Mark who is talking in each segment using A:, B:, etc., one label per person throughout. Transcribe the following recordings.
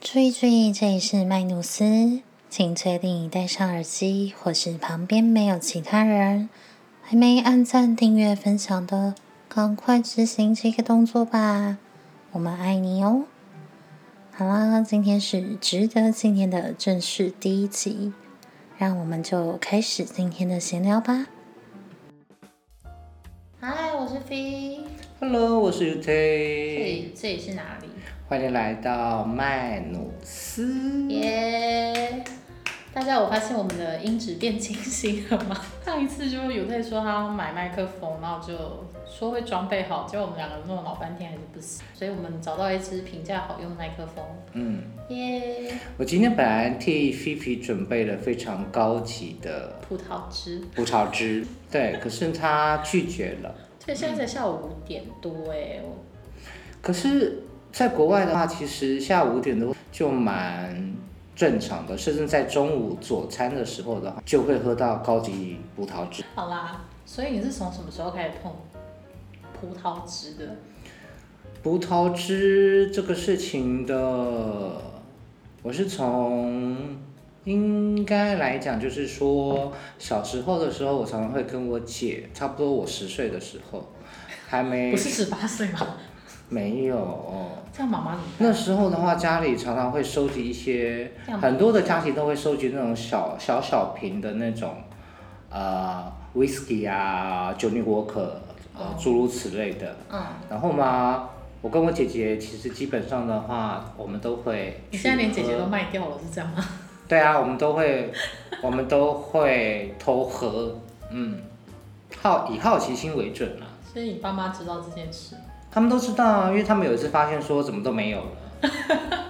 A: 注意注意，这里是麦努斯，请确定已戴上耳机，或是旁边没有其他人。还没按赞、订阅、分享的，赶快执行这个动作吧！我们爱你哦。好啦，今天是值得纪念的正式第一集，让我们就开始今天的闲聊吧。嗨，我是飞，
B: Hello，我是 UT，
A: 这这里是哪里？
B: 欢迎来到麦努斯。
A: 耶！大家，我发现我们的音质变清晰了吗？ 上一次就是有在说他要买麦克风，然后就说会装备好，结果我们两个弄了老半天还是不行，所以我们找到一支评价好用的麦克风。
B: 嗯，
A: 耶！
B: 我今天本来替菲菲准备了非常高级的
A: 葡萄汁。
B: 葡萄汁，对，可是她拒绝了。
A: 对，现在才下午五点多哎，我
B: 可是，在国外的话，其实下午五点多就蛮正常的，甚至在中午佐餐的时候的话，就会喝到高级葡萄汁。
A: 好啦，所以你是从什么时候开始碰葡萄汁的？
B: 葡萄汁这个事情的，我是从应该来讲，就是说小时候的时候，我常常会跟我姐，差不多我十岁的时候，还没
A: 不是十八岁吗？
B: 没有哦。
A: 这样妈妈你
B: 那时候的话，家里常常会收集一些
A: 这样，
B: 很多的家庭都会收集那种小小小瓶的那种，呃，whisky 啊，Johnny Walker，呃，诸如此类的。
A: 哦嗯，
B: 然后嘛，我跟我姐姐其实基本上的话，我们都会。
A: 你现在连姐姐都。卖掉了是这样吗？
B: 对啊，我们都会，我们都会偷喝，嗯，好以好奇心为准啊。
A: 所以你爸妈知道这件事吗？
B: 他们都知道啊，因为他们有一次发现说怎么都没有了，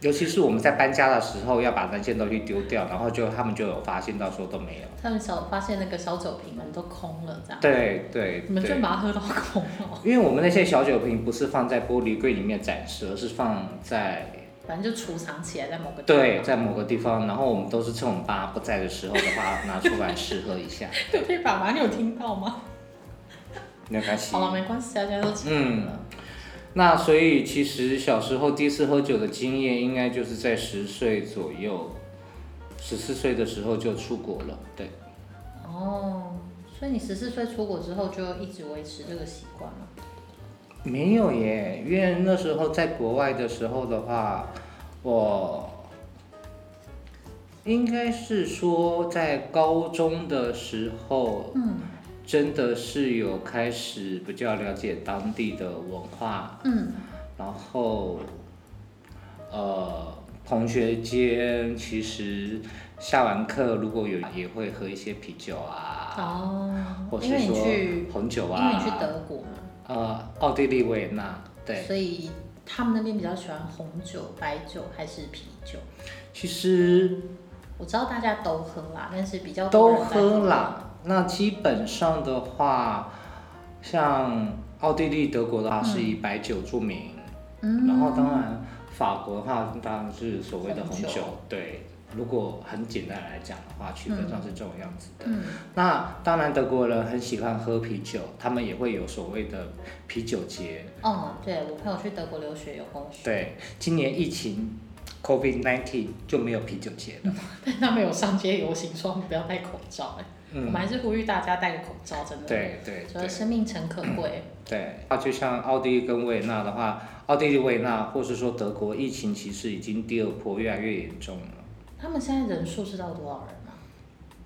B: 尤其是我们在搬家的时候要把那些东西丢掉，然后就他们就有发现到说都没有。
A: 他们小发现那个小酒瓶们都空了，这样，
B: 对对
A: 你们就
B: 对，
A: 把它喝到空了，
B: 因为我们那些小酒瓶不是放在玻璃柜里面展示，而是放在
A: 反正就储藏起来在某个地
B: 对
A: 方。
B: 在某个地方，然后我们都是趁我们爸不在的时候的话拿出来试喝一下，
A: 对， 对，爸爸，你有听到 吗？
B: 没有关系
A: 好。了，没关系啊，大家都知道
B: 嗯
A: 了。
B: 那所以其实小时候第一次喝酒的经验，应该就是在十岁左右，十四岁的时候就出国了。对，
A: 哦，所以你十四岁出国之后就一直维持这个习惯吗？
B: 没有耶，因为那时候在国外的时候的话，我应该是说在高中的时候，
A: 嗯
B: 真的是有开始比较了解当地的文化，
A: 嗯
B: 然后，呃，同学间其实下完课如果有也会喝一些啤酒啊，
A: 哦
B: 或，
A: 因
B: 是
A: 为你
B: 说
A: 去，
B: 红酒
A: 因为
B: 啊，
A: 你去德国嘛，
B: 呃，奥地利维也纳，对，
A: 所以他们那边比较喜欢红酒、白酒还是啤酒？
B: 其实
A: 我知道大家都喝啦，但是比较多
B: 都
A: 人在
B: 喝啦。那基本上的话，像奥地利、德国的话是以白酒著名，
A: 嗯
B: 然后当然法国的话当然是所谓的红
A: 红酒
B: 酒，对。如果很简单来讲的话，区分上是这种样子的。
A: 嗯
B: 那当然，德国人很喜欢喝啤酒，他们也会有所谓的啤酒节。
A: 哦，对我朋友去德国留学有跟我说，
B: 对，今年疫情 COVID nineteen 就没有啤酒节了。
A: 但 他们有上街游行，说他们不要戴口罩、哎、我
B: 嗯
A: 们，还是呼吁大家戴个口罩，真的。，
B: 对对
A: 觉
B: 对
A: 得生命诚可贵。
B: 对。啊，就像奥地利跟维也纳的话，奥地利、维也纳，或是说德国，疫情其实已经第二波越来越严重了。
A: 他们现在人数是到多少人啊？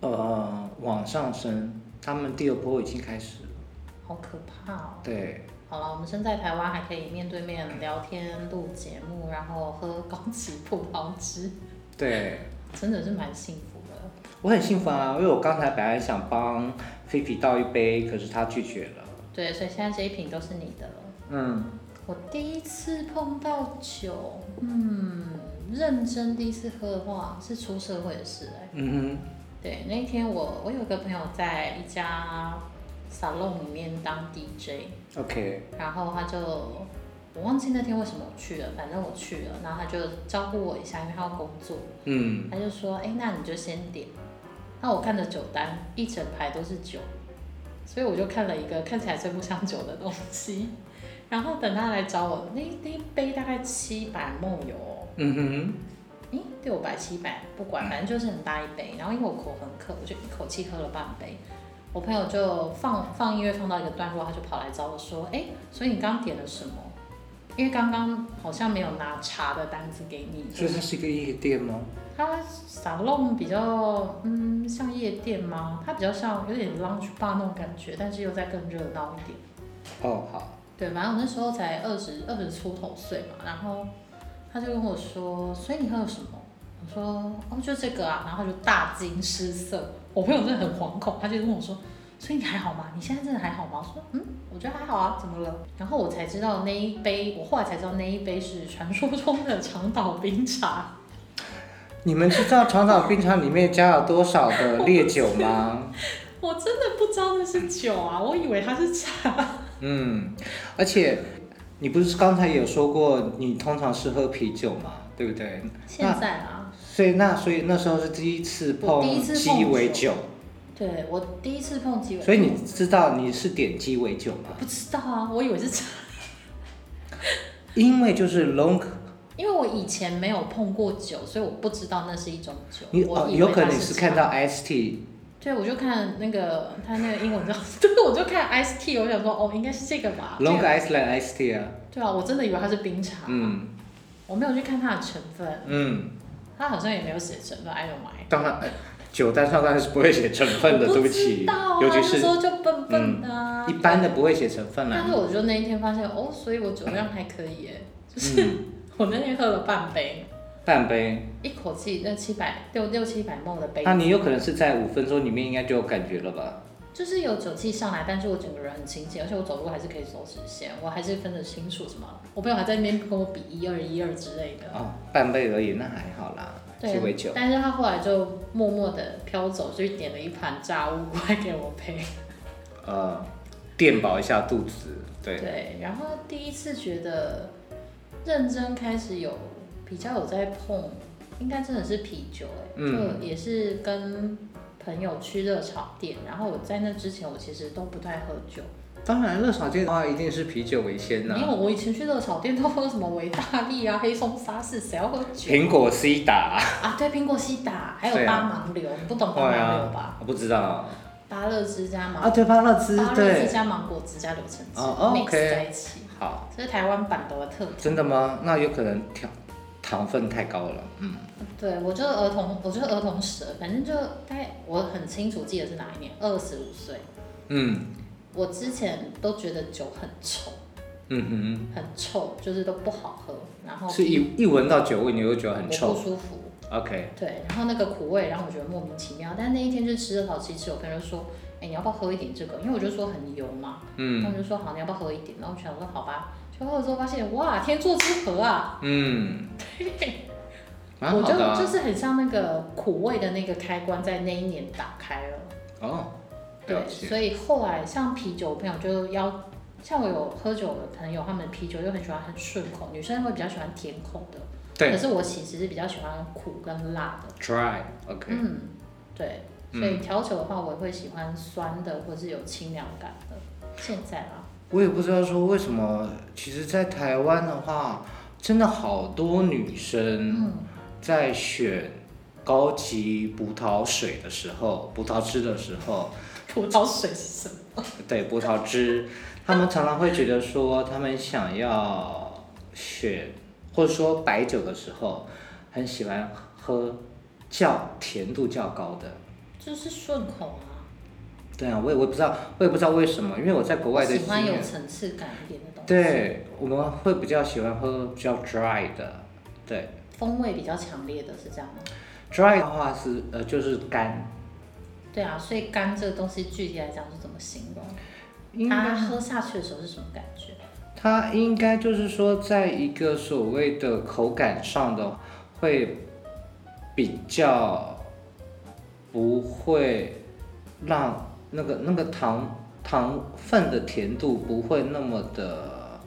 B: 呃，往上升，他们第二波已经开始了。
A: 好可怕哦！
B: 对，
A: 好了，我们身在台湾还可以面对面聊天、录节目，然后喝高级葡萄汁，
B: 对。
A: 真的是蛮幸福的。
B: 我很幸福啊，因为我刚才本来想帮菲菲倒一杯，可是她拒绝了。
A: 对，所以现在这一瓶都是你的了。
B: 嗯，
A: 我第一次碰到酒，嗯，认真第一次喝的话是出社会的事哎、
B: 嗯
A: 对，那天我我有个朋友在一家 salon 里面当 DJ，
B: 哼，OK，
A: 然后他就我忘记那天为什么我去了，反正我去了，然后他就照顾我一下，因为他要工作，
B: 嗯，
A: 他就说，哎，那你就先点。那我看着酒单，一整排都是酒，所以我就看了一个看起来最不像酒的 东西。然后等他来找我，那那一杯大概七百梦有哦，
B: 嗯哼，
A: 诶，对我白七百不
B: 嗯
A: 管，反正就是很大一杯。然后因为我口很渴，我就一口气喝了半杯。我朋友就放放音乐放到一个段落，他就跑来找我说：“诶，所以你刚刚点了什么？因为刚刚好像没有拿茶的单子给你。”
B: 所以它是一个夜店吗？
A: 它沙龙比较，嗯，像夜店吗？它比较像有点 lounge bar 那种感觉，但是又再更热闹一点。
B: 哦，好，
A: 对，反正我那时候才二十二十出头岁嘛，然后他就跟我说，所以你喝了什么？我说，哦，就这个啊，然后他就大惊失色。我朋友真的很惶恐，他就问我说，所以你还好吗？你现在真的还好吗？我说，嗯，我觉得还好啊，怎么了？然后我才知道那一杯，我后来才知道那一杯是传说中的长岛冰茶。
B: 你们知道长岛冰茶里面加了多少的烈酒吗？
A: 我真的不知道那是酒啊，我以为它是茶。
B: 嗯，而且你不是刚才有说过你通常是喝啤酒吗？对不对？
A: 现在啊，
B: 所以那所以那时候是第一次
A: 我第一
B: 碰
A: 次碰
B: 鸡尾
A: 酒
B: 酒，
A: 对我第一次碰鸡尾，
B: 所以你知道你是点鸡尾酒吗？
A: 不知道啊，我以为是茶，
B: 因为就是 long，
A: 因为我以前没有碰过酒，所以我不知道那是一种酒。
B: 你
A: 我
B: 哦
A: 以为
B: 有可能
A: 它
B: 你
A: 是
B: 是
A: 茶
B: 看到 S T，
A: 对，我就看那个他那个英文叫， 对，我就看 S T，我想说哦，应该是这个吧。
B: Long
A: 这个
B: Island Iced Tea 啊，
A: 对啊，我真的以为它是冰茶，
B: 嗯
A: 我没有去看它的成分，
B: 嗯，
A: 它好像也没有写成分，I don't mind。
B: 当然呃酒单上当然是不会写成分的，对
A: 不
B: 起
A: 知道啊，，
B: 尤其
A: 那时
B: 是嗯
A: 候就笨笨的啊。
B: 一般的不会写成分
A: 但
B: 啦
A: 是，我就那一天发现，哦，所以我酒量还可以耶，就是、
B: 嗯，
A: 我那天喝了半杯，
B: 半杯，
A: 一口气那七百六六七百梦的杯，
B: 那你有可能是在五分钟里面应该就有感觉了吧？
A: 就是有酒气上来，但是我整个人很清醒，而且我走路还是可以走直线，我还是分得清楚什么。我朋友还在那边跟我比一二一二之类的，
B: 哦，半杯而已，那还好啦，鸡
A: 对
B: 尾
A: 啊
B: 酒，。
A: 但是他后来就默默的飘走，就点了一盘炸物过来给我配。
B: 呃，垫饱一下肚子，对，
A: 对，然后第一次觉得认真开始有比较有在碰，应该真的是啤酒哎、
B: 嗯
A: 就也是跟朋友去热炒店，然后我在那之前我其实都不太喝酒，
B: 当然热炒店的话一定是啤酒为先啊
A: 没
B: 啦、
A: 有，我以前去热炒店都喝什么维大利啊、黑松沙士，谁要喝酒
B: 苹果西打，
A: 啊？对，苹果西打，还有
B: 对
A: 八
B: 啊
A: 芒流，你不懂八
B: 对
A: 芒流吧？哦
B: 啊，我不知道
A: 芭乐汁加
B: 啊，
A: 芒，
B: 对，芭乐汁
A: 芭，乐汁
B: 对，
A: 加芒果汁加柳橙汁、
B: 哦
A: mix
B: ，OK
A: 在一起，
B: 好，
A: 这是台湾版的特
B: 真的吗？那有可能糖糖分太高了，嗯，
A: 对，我就是儿童，我就是儿童蛇，反正就大概我很清楚记得是哪一年，二十五岁。
B: 嗯
A: 我之前都觉得酒很臭，
B: 嗯
A: 很臭，就是都不好喝，然后
B: 哼，是一一闻到酒味你就会觉得
A: 哦我
B: 很
A: 不
B: 臭
A: 舒服。
B: ，OK，
A: 对，然后那个苦味让我觉得莫名其妙。但那一天就吃热炒，吃一吃，我朋友就说：“哎、你要不要喝一点这个？”因为我就说很油嘛，他
B: 嗯
A: 们就说：“好，你要不要喝一点？”然后我想说：“好吧。”就喝了之后发现，哇，天作之合啊！
B: 嗯，蛮
A: 我
B: 好
A: 就
B: 的、啊
A: 就，是很像那个苦味的那个开关在那一年打开了。
B: 哦，了
A: 对，
B: 解，
A: 所以后来像啤酒，我朋友就要，像我有喝酒的朋友，他们啤酒就很喜欢很顺口，女生会比较喜欢甜口的，可
B: 对
A: 是我其实是比较喜欢苦跟辣的，
B: ，dry，OK，、
A: 嗯，对，
B: 嗯
A: 所以调酒的话，我会喜欢酸的或是有清凉感的。现在啊，
B: 我也不知道说为什么，其实，在台湾的话，真的好多女生
A: 嗯，
B: 在选高级葡萄水的时候，葡萄汁的时候，
A: 葡萄水是什么？
B: 对葡萄汁，她们常常会觉得说，她们想要选，或者说白酒的时候，很喜欢喝较甜度较高的。
A: 就是顺口啊，
B: 对啊，我也我也不知道，我也不知道为什么，因为我在国外的
A: 喜欢
B: 经验
A: 有层次感一点的东西，，
B: 对，我们会比较喜欢喝比较 dry 的，对
A: 风味比较强烈的是这样吗？
B: ，dry 的话是呃就是干，
A: 对啊，所以干这个东西具体来讲是怎么形容？
B: 应
A: 它
B: 该
A: 喝下去的时候是什么感觉？
B: 它应该就是说，在一个所谓的口感上的会比较不会让那个那个糖糖分的甜度不会那么的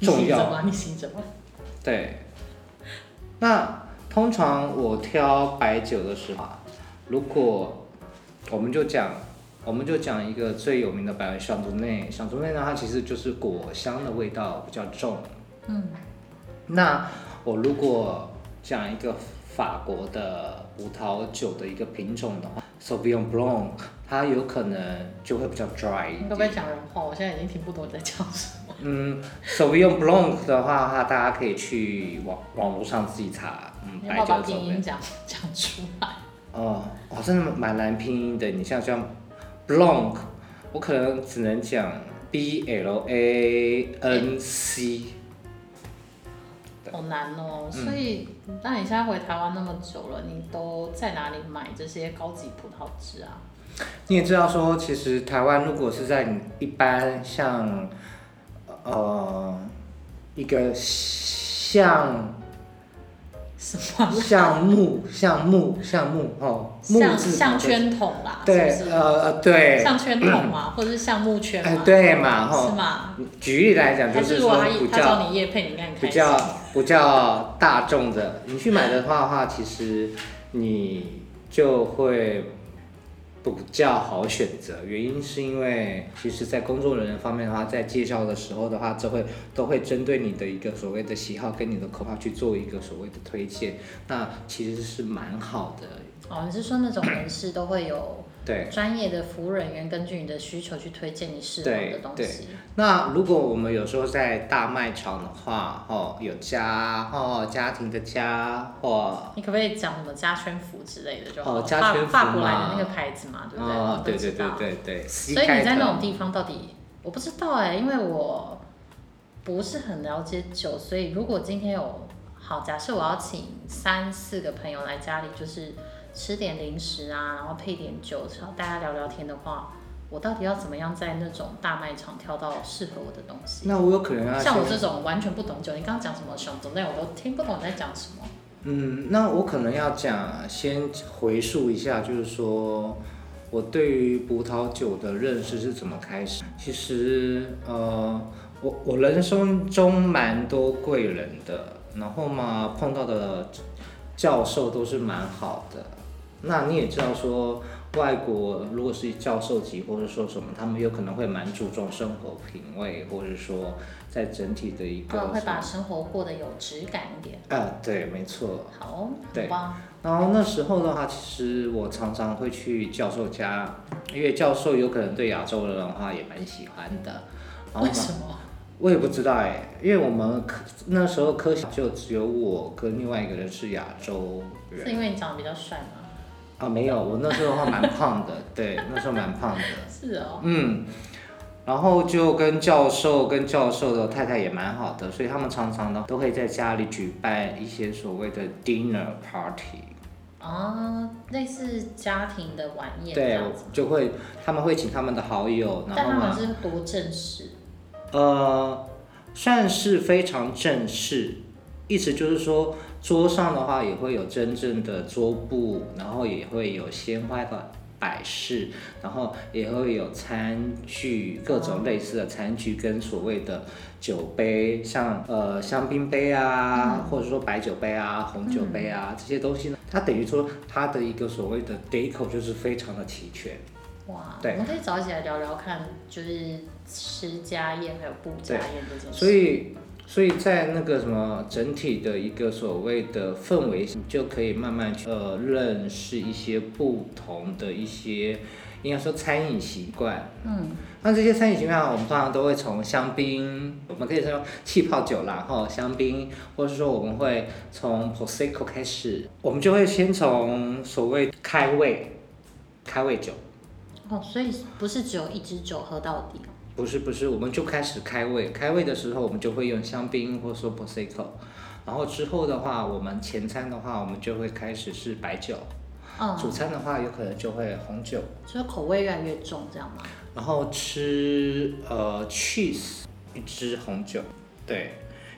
B: 重要，
A: 吗？你醒着吗？
B: 对，那通常我挑白酒的时候啊，如果我们就讲，我们就讲一个最有名的白小竹内，小竹内呢，它其实就是果香的味道比较重，
A: 嗯，
B: 那我如果讲一个法国的葡萄酒的一个品种的话，Sauvignon Blanc，它有可能就会比较 dry
A: 你会
B: 一
A: 不会
B: 点。
A: 讲人话？我现在已经听不懂你在讲什么。
B: 嗯，Sauvignon Blanc 的话，它大家可以去网网络上自己查，嗯，
A: 你
B: 白
A: 要不
B: 酒
A: 要把
B: 怎
A: 拼
B: 么
A: 音讲讲出来？
B: 哦，哦，真的蛮难拼音的。你像像 Blanc，我可能只能讲 B L A N C。对嗯
A: 好难哦。所以，那你现在回台湾那么久了，你都在哪里买这些高级葡萄汁啊？
B: 你也知道说，其实台湾如果是在你一般像呃一个项
A: 什么啊啦？
B: 项目项目项目哦，木
A: 像
B: 字
A: 像
B: 旁的
A: 圈筒啦，
B: 对
A: 是不是？
B: 呃呃对，
A: 像圈筒嘛，或者是橡木圈
B: 哎
A: 嘛，
B: 对嘛
A: 是
B: 吼，
A: 吗？
B: 举例来讲就
A: 还是
B: 是
A: 如果
B: 说
A: 他
B: 比
A: 他
B: 较
A: 找你叶配，你应该很
B: 比
A: 开心。
B: 较比较大众的，你去买的话的话，其实你就会比较好选择。原因是因为，其实，在工作人员方面的话，在介绍的时候的话，这会都会针对你的一个所谓的喜好跟你的口号去做一个所谓的推荐，那其实是蛮好的。
A: 哦，你是说那种人士都会有
B: 对，
A: 专业的服务人员根据你的需求去推荐你适合的东西？
B: 那如果我们有时候在大卖场的话，哦，有家哦，家庭的家哦，
A: 你可不可以讲什么家圈服之类的就好？
B: 哦家圈服
A: 法
B: 嘛
A: 法国来的那个牌子嘛，对不对？
B: 哦
A: 我，不
B: 对
A: 知
B: 对对
A: 道
B: 对对，
A: 所以你在那种地方到底，我不知道哎、因为我不是很了解酒，所以如果今天有好，假设我要请三四个朋友来家里，就是吃点零食啊，然后配点酒，然后大家聊聊天的话，我到底要怎么样在那种大卖场挑到适合我的东西？
B: 那我有可能要
A: 像我
B: 先
A: 这种完全不懂酒，你刚刚讲什么熊总类，我都听不懂你在讲什么。
B: 嗯，那我可能要讲先回溯一下，就是说我对于葡萄酒的认识是怎么开始。其实呃，我我人生中蛮多贵人的，然后嘛碰到的教授都是蛮好的。那你也知道说，外国如果是教授级或者说什么，他们有可能会蛮注重生活品味，或者说在整体的一个哦
A: 他们会
B: 什
A: 把
B: 么
A: 生活过得有质感一点。
B: 啊，对，没错。
A: 好，
B: 对
A: 很棒。
B: 然后那时候的话，其实我常常会去教授家，因为教授有可能对亚洲人的话也蛮喜欢的。然后
A: 为
B: 呢，
A: 什么？
B: 我也不知道哎、因为我们科那时候科小就只有我跟另外一个人是亚洲
A: 是
B: 人
A: 因为你长得比较帅吗？
B: 啊，没有，我那时候的话蛮胖的， 对，那时候蛮胖的。
A: 是哦。
B: 嗯，然后就跟教授跟教授的太太也蛮好的，所以他们常常呢都会在家里举办一些所谓的 dinner party。
A: 哦，类似家庭的晚宴这
B: 对
A: 样子，，
B: 就会他们会请他们的好友，然
A: 但
B: 后
A: 他们
B: 嘛，
A: 是嗯多正式，
B: 呃，算是非
A: 嗯
B: 常正式，意思就是说桌上的话也会有真正的桌布，然后也会有鲜花的摆饰，然后也会有餐具，各种类似的餐具跟所谓的酒杯，像呃香槟杯啊，或者说白酒杯啊、红酒杯啊、这些东西呢，它等于说它的一个所谓的 deco 就是非常的齐全。
A: 哇！
B: 对
A: 我们可以早起来聊聊看，就是吃家宴还有布家宴这件事。
B: 所以，所以在那个什么整体的一个所谓的氛围，你就可以慢慢去呃认识一些不同的一些，应该说餐饮习惯。
A: 嗯，
B: 那这些餐饮习惯，我们通常都会从香槟，我们可以说气泡酒啦，吼，香槟，或者说我们会从 prosecco 开始，我们就会先从所谓开胃，开胃酒。
A: 哦，所以不是只有一支酒喝到底，
B: 不是不是，我们就开始开胃。开胃的时候，我们就会用香槟或者说 prosecco，然后之后的话，我们前餐的话，我们就会开始是白酒，
A: 嗯，
B: 主餐的话有可能就会红酒，
A: 就是口味越来越重，这样吗？
B: 然后吃呃 cheese 一支红酒，对，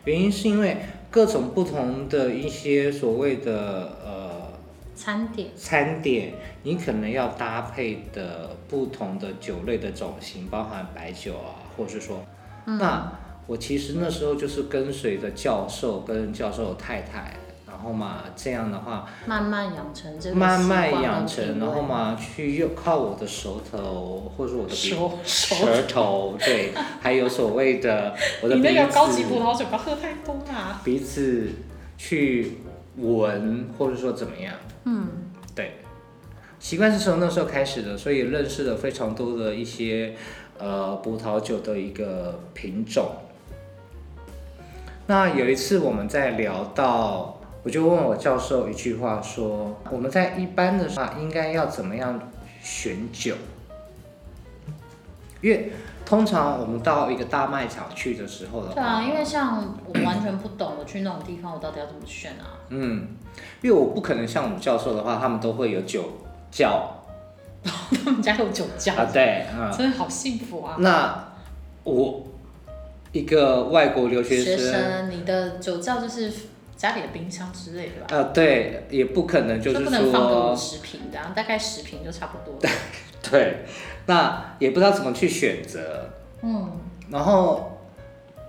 B: 原因是因为各种不同的一些所谓的呃
A: 餐点
B: 餐点，你可能要搭配的不同的酒类的种型，包含白酒啊，或者是说，
A: 嗯
B: 那我其实那时候就是跟随着教授跟教授的太太，然然后嘛，这样的话
A: 慢慢养成这个
B: 慢
A: 习
B: 慢
A: 惯
B: 养
A: 跟
B: 成，
A: 品
B: 然后
A: 味
B: 嘛，去用靠我的舌头或者我的鼻
A: 手手
B: 舌头，对，还有所谓的我的
A: 你
B: 鼻
A: 那个高级
B: 子
A: 葡萄酒不要喝太多啦。
B: 鼻子去闻，或者说怎么样，
A: 嗯，
B: 对，习惯是从那时候开始的，所以认识了非常多的一些呃葡萄酒的一个品种。那有一次我们在聊到，我就问我教授一句话说，我们在一般的话应该要怎么样选酒？因为通常我们到一个大卖场去的时候的话，
A: 对啊，因为像我完全不懂，我去那种地方，我到底要怎么选啊？
B: 嗯，因为我不可能像我们教授的话，他们都会有酒窖
A: 他们家有酒窖，
B: 啊，对，嗯，
A: 真的好幸福啊！
B: 那我一个外国留学
A: 学
B: 生，
A: 生，你的酒窖就是家里的冰箱之类的吧？
B: 呃，对，也不可能就是
A: 不能放个五
B: 说，
A: 十瓶的啊，大概十瓶就差不多了。哦
B: 对，那也不知道怎么去选择。
A: 嗯，
B: 然后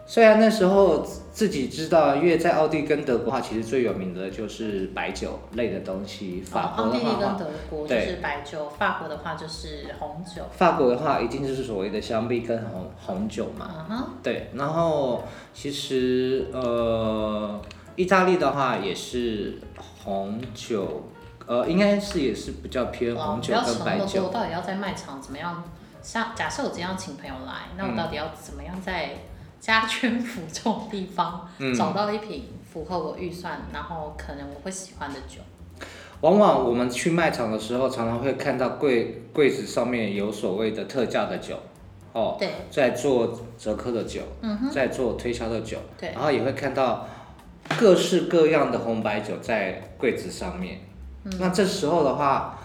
B: 虽然那时候自己知道，因为在奥地利跟德国的话，其实最有名的就是白酒类的东西。法
A: 哦
B: 国
A: 奥地
B: 的
A: 利跟
B: 话，
A: 德国就
B: 对
A: 是白酒，法国的话就是红酒。
B: 法国的话一定就是所谓的香槟跟红红酒嘛。
A: 嗯哼，
B: 对，然后其实呃，意大利的话也是红酒，呃，应该是也是比较偏
A: 哇
B: 红
A: 不
B: 酒
A: 要
B: 跟
A: 想
B: 白
A: 那么多，
B: 酒。
A: 到底要在卖场怎么样？像假设我今天要请朋友来，那我
B: 嗯
A: 到底要怎么样在家圈府这种地方、
B: 嗯
A: 找到一瓶符合我预算，然后可能我会喜欢的酒？
B: 往往我们去卖场的时候，常常会看到柜柜子上面有所谓的特价的酒，哦，
A: 对，
B: 在做折扣的酒，
A: 嗯哼，
B: 在做推销的酒，
A: 对
B: 然后也会看到各式各样的红白酒在柜子上面。
A: 嗯
B: 那这时候的话，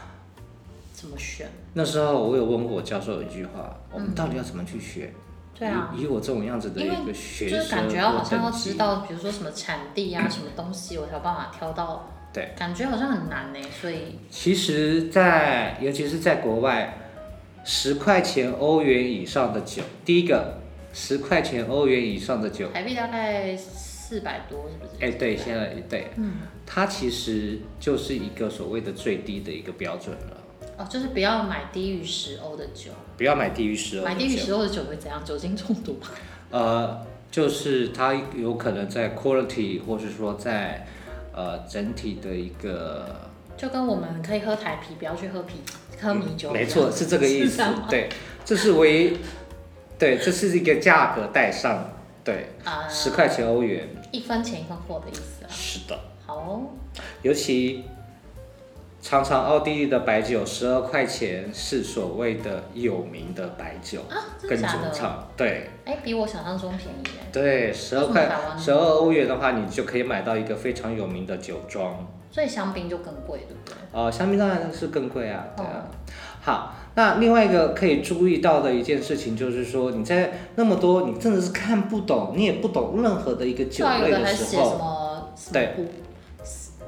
A: 怎么选？
B: 那时候我有问过我教授一句话，我们到底要怎么去学？
A: 嗯对啊，
B: 以以我这种样子的
A: 因为
B: 一个学
A: 就是
B: 生
A: 感
B: 或
A: 觉好像要
B: 等
A: 知
B: 级，
A: 道，比如说什么产地啊、什么东西，我才有办法挑到。
B: 对，
A: 感觉好像很难呢、所以
B: 其实在，尤其是在国外，十块钱欧元以上的酒，第一个十块钱欧元以上的酒，
A: 台币大概四百多，是不是？
B: 哎，对，现在对，
A: 嗯，
B: 它其实就是一个所谓的最低的一个标准了。
A: 哦，就是不要买低于十欧的酒，
B: 不要买低于十欧
A: 买
B: 的
A: 低于
B: 酒，
A: 十欧的酒会怎样？酒精中毒吗？
B: 呃，就是它有可能在 quality 或是说在呃整体的一个
A: 就跟我们可以喝台啤，不要去喝啤喝米酒一样、
B: 嗯没错，是这个意
A: 是
B: 思
A: 这样吗。
B: 对，这是唯一，对，这是一个价格带上，对，
A: 啊、
B: 十块钱欧元。
A: 一分钱一分货的意思啊。
B: 是的，
A: 好哦，
B: 尤其常常奥地利的白酒十二块钱是所谓的有名的白酒
A: 啊，真
B: 跟
A: 的
B: 酒
A: 假的？
B: 厂，对
A: 哎、比我想象中便宜哎、
B: 对，十
A: 为
B: 二
A: 什么
B: 块
A: 台湾
B: 十二欧元的话，你就可以买到一个非常有名的酒庄。
A: 所以香槟就更贵，对不哦对？
B: 呃，香槟当然是更贵啊，对啊。好，那另外一个可以注意到的一件事情就是说，你在那么多你真的是看不懂，你也不懂任何的一个酒
A: 对啊有
B: 类
A: 的还写
B: 时
A: 什
B: 候，
A: 么什么
B: 对
A: 不不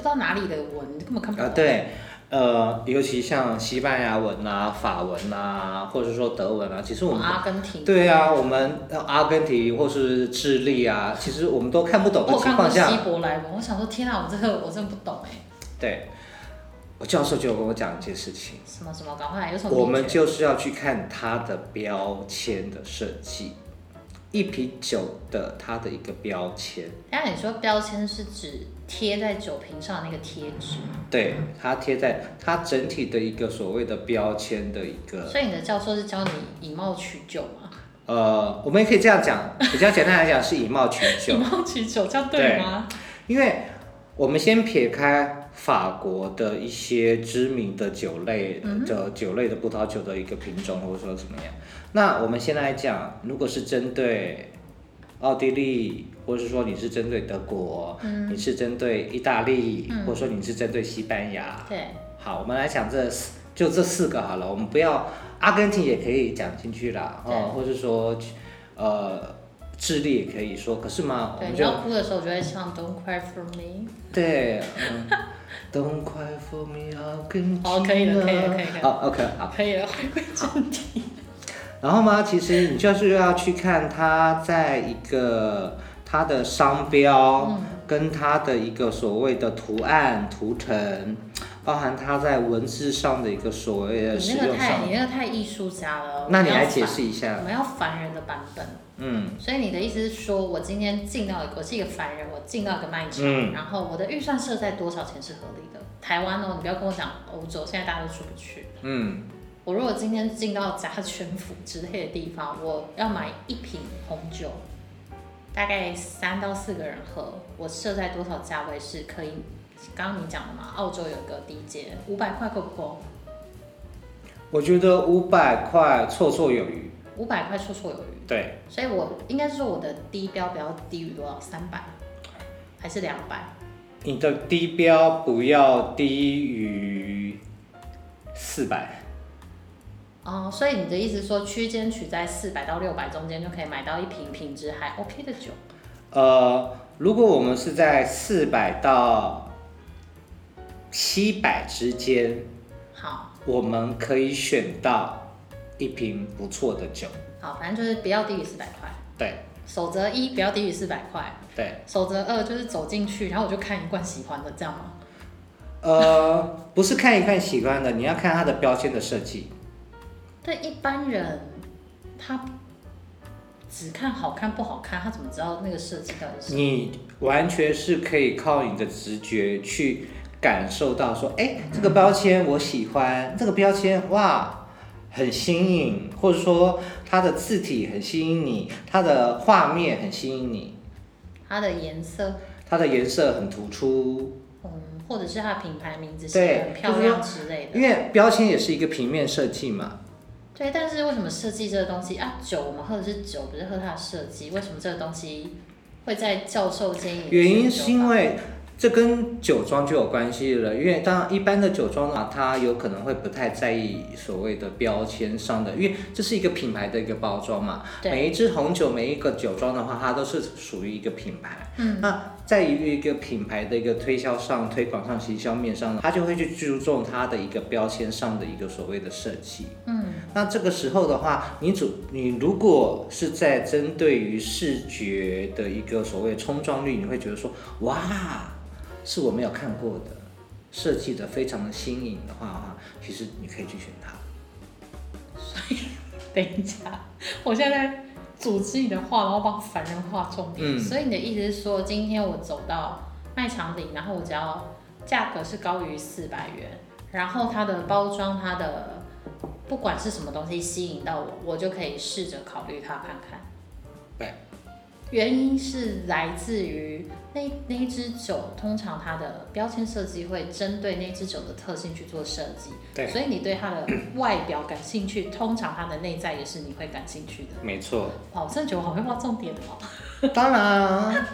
A: 知道哪里的文，根本看不
B: 啊
A: 懂。，
B: 对，呃，尤其像西班牙文啊、法文啊，或者说德文啊，其实我们。
A: 阿根廷。
B: 对啊，我们呃阿根廷或是智利啊，其实我们都看不懂的
A: 我
B: 情
A: 看过
B: 况下，
A: 希伯来文，我想说天啊，我这个我真的不懂哎、
B: 对，我教授就有跟我讲一件事情，
A: 什么什么，赶快有什么秘诀？
B: 我们就是要去看它的标签的设计，一瓶酒的它的一个标签，
A: 等一下你说标签是指贴在酒瓶上的那个贴纸，
B: 对，它贴在它整体的一个所谓的标签的一个，
A: 所以你的教授是教你以貌取酒吗？
B: 呃，我们也可以这样讲，比较简单来讲是以貌取
A: 以
B: 酒，
A: 貌取酒，这样对吗？
B: 因为我们先撇开法国的一些知名的酒类
A: 嗯
B: 的酒类的葡萄酒的一个品种，或者说怎么样，那我们先来讲，如果是针对奥地利，或者是说你是针对德国，
A: 嗯
B: 你是针对意大利，或者说你是针对西班牙，
A: 对，
B: 好，我们来讲这四，就这四个好了，我们不要阿根廷也可以讲进去啦，
A: 对
B: 哦，或者说呃智利也可以说，可是嘛，我
A: 对，
B: 们
A: 你
B: 就
A: 要哭的时候，我就会唱 Don't Cry for Me。
B: 对，嗯，Don't cry for me, I'll continue.
A: 好可以了可以了可以了
B: 啊好，OK，好。
A: 可以了，回归正题。
B: 然后嘛，其实你就是要去看它在一个它的商标
A: 嗯
B: 跟它的一个所谓的图案图腾，包含它在文字上的一个所谓的
A: 你
B: 使
A: 那个
B: 用
A: 太
B: 上
A: 你，那个太艺术家了。
B: 那你
A: 我们要
B: 来解
A: 反
B: 释一下
A: 我，们要凡人的版本。
B: 嗯
A: 所以你的意思是说，我今天进到一个，我是一个凡人，我进到一个卖场，
B: 嗯
A: 然后我的预算设在多少钱是合理的？台湾哦，你不要跟我讲欧洲，现在大家都出不去。
B: 嗯
A: 我如果今天进到家全府之类的地方，我要买一瓶红酒，大概三到四个人喝，我设在多少价位是可以？刚刚你讲的嘛，澳洲有个低阶五百块够不够？
B: 我觉得五百块绰绰有余，
A: 五百块绰绰有余，
B: 对，
A: 所以我应该是说我的低标不要低于多少？三百还是两百？
B: 你的低标不要低于四百，
A: 哦，所以你的意思说区间取在四百到六百中间就可以买到一瓶品质还 OK 的酒？
B: 呃，如果我们是在四百到七百之间，
A: 好，
B: 我们可以选到一瓶不错的酒。
A: 好，反正就是不要低于四百块。
B: 对
A: 守则一，不要低于四百块。
B: 对，
A: 守则二就是走进去，然后我就看一罐喜欢的，这样吗？
B: 呃，不是看一看喜欢的，你要看它的标签的设计。
A: 对一般人，他只看好看不好看，他怎么知道那个设计到底是什么？
B: 你完全是可以靠你的直觉去感受到说，哎，这个标签我喜欢，这个标签哇很新颖，或者说它的字体很吸引你，它的画面很吸引你，
A: 它的颜色，
B: 它的颜色很突出，
A: 嗯，或者是它的品牌名字写
B: 对
A: 的很漂
B: 就是说
A: 亮之类的
B: 因。为标签也是一个平面设计嘛。
A: 对，但是为什么设计这个东西啊？酒我们喝的是酒，不是喝它的设计。为什么这个东西会在教授建议？
B: 原因是因为这跟酒庄就有关系了，因为当然一般的酒庄啊，它有可能会不太在意所谓的标签上的，因为这是一个品牌的一个包装嘛。
A: 对，
B: 每一支红酒，每一个酒庄的话，它都是属于一个品牌。
A: 嗯，
B: 那在于一个品牌的一个推销上、推广上、行销面上，它就会去注重它的一个标签上的一个所谓的设计。
A: 嗯，
B: 那这个时候的话，你主你如果是在针对于视觉的一个所谓冲撞率，你会觉得说，哇，是我没有看过的，设计的非常的新颖的话，哈，其实你可以去选它。
A: 等一下，我现在在组织你的话，然后帮凡人画重点。
B: 嗯
A: 所以你的意思是说，今天我走到卖场里，然后我只要价格是高于四百元，然后它的包装、它的不管是什么东西吸引到我，我就可以试着考虑它看看。
B: 对，
A: 原因是来自于那那一支酒，通常它的标签设计会针对那支酒的特性去做设计。
B: 对
A: 所以你对它的外表感兴趣，通常它的内在也是你会感兴趣的。
B: 没错，
A: 哇，我真的觉得我好会画重点哦。
B: 当然啊，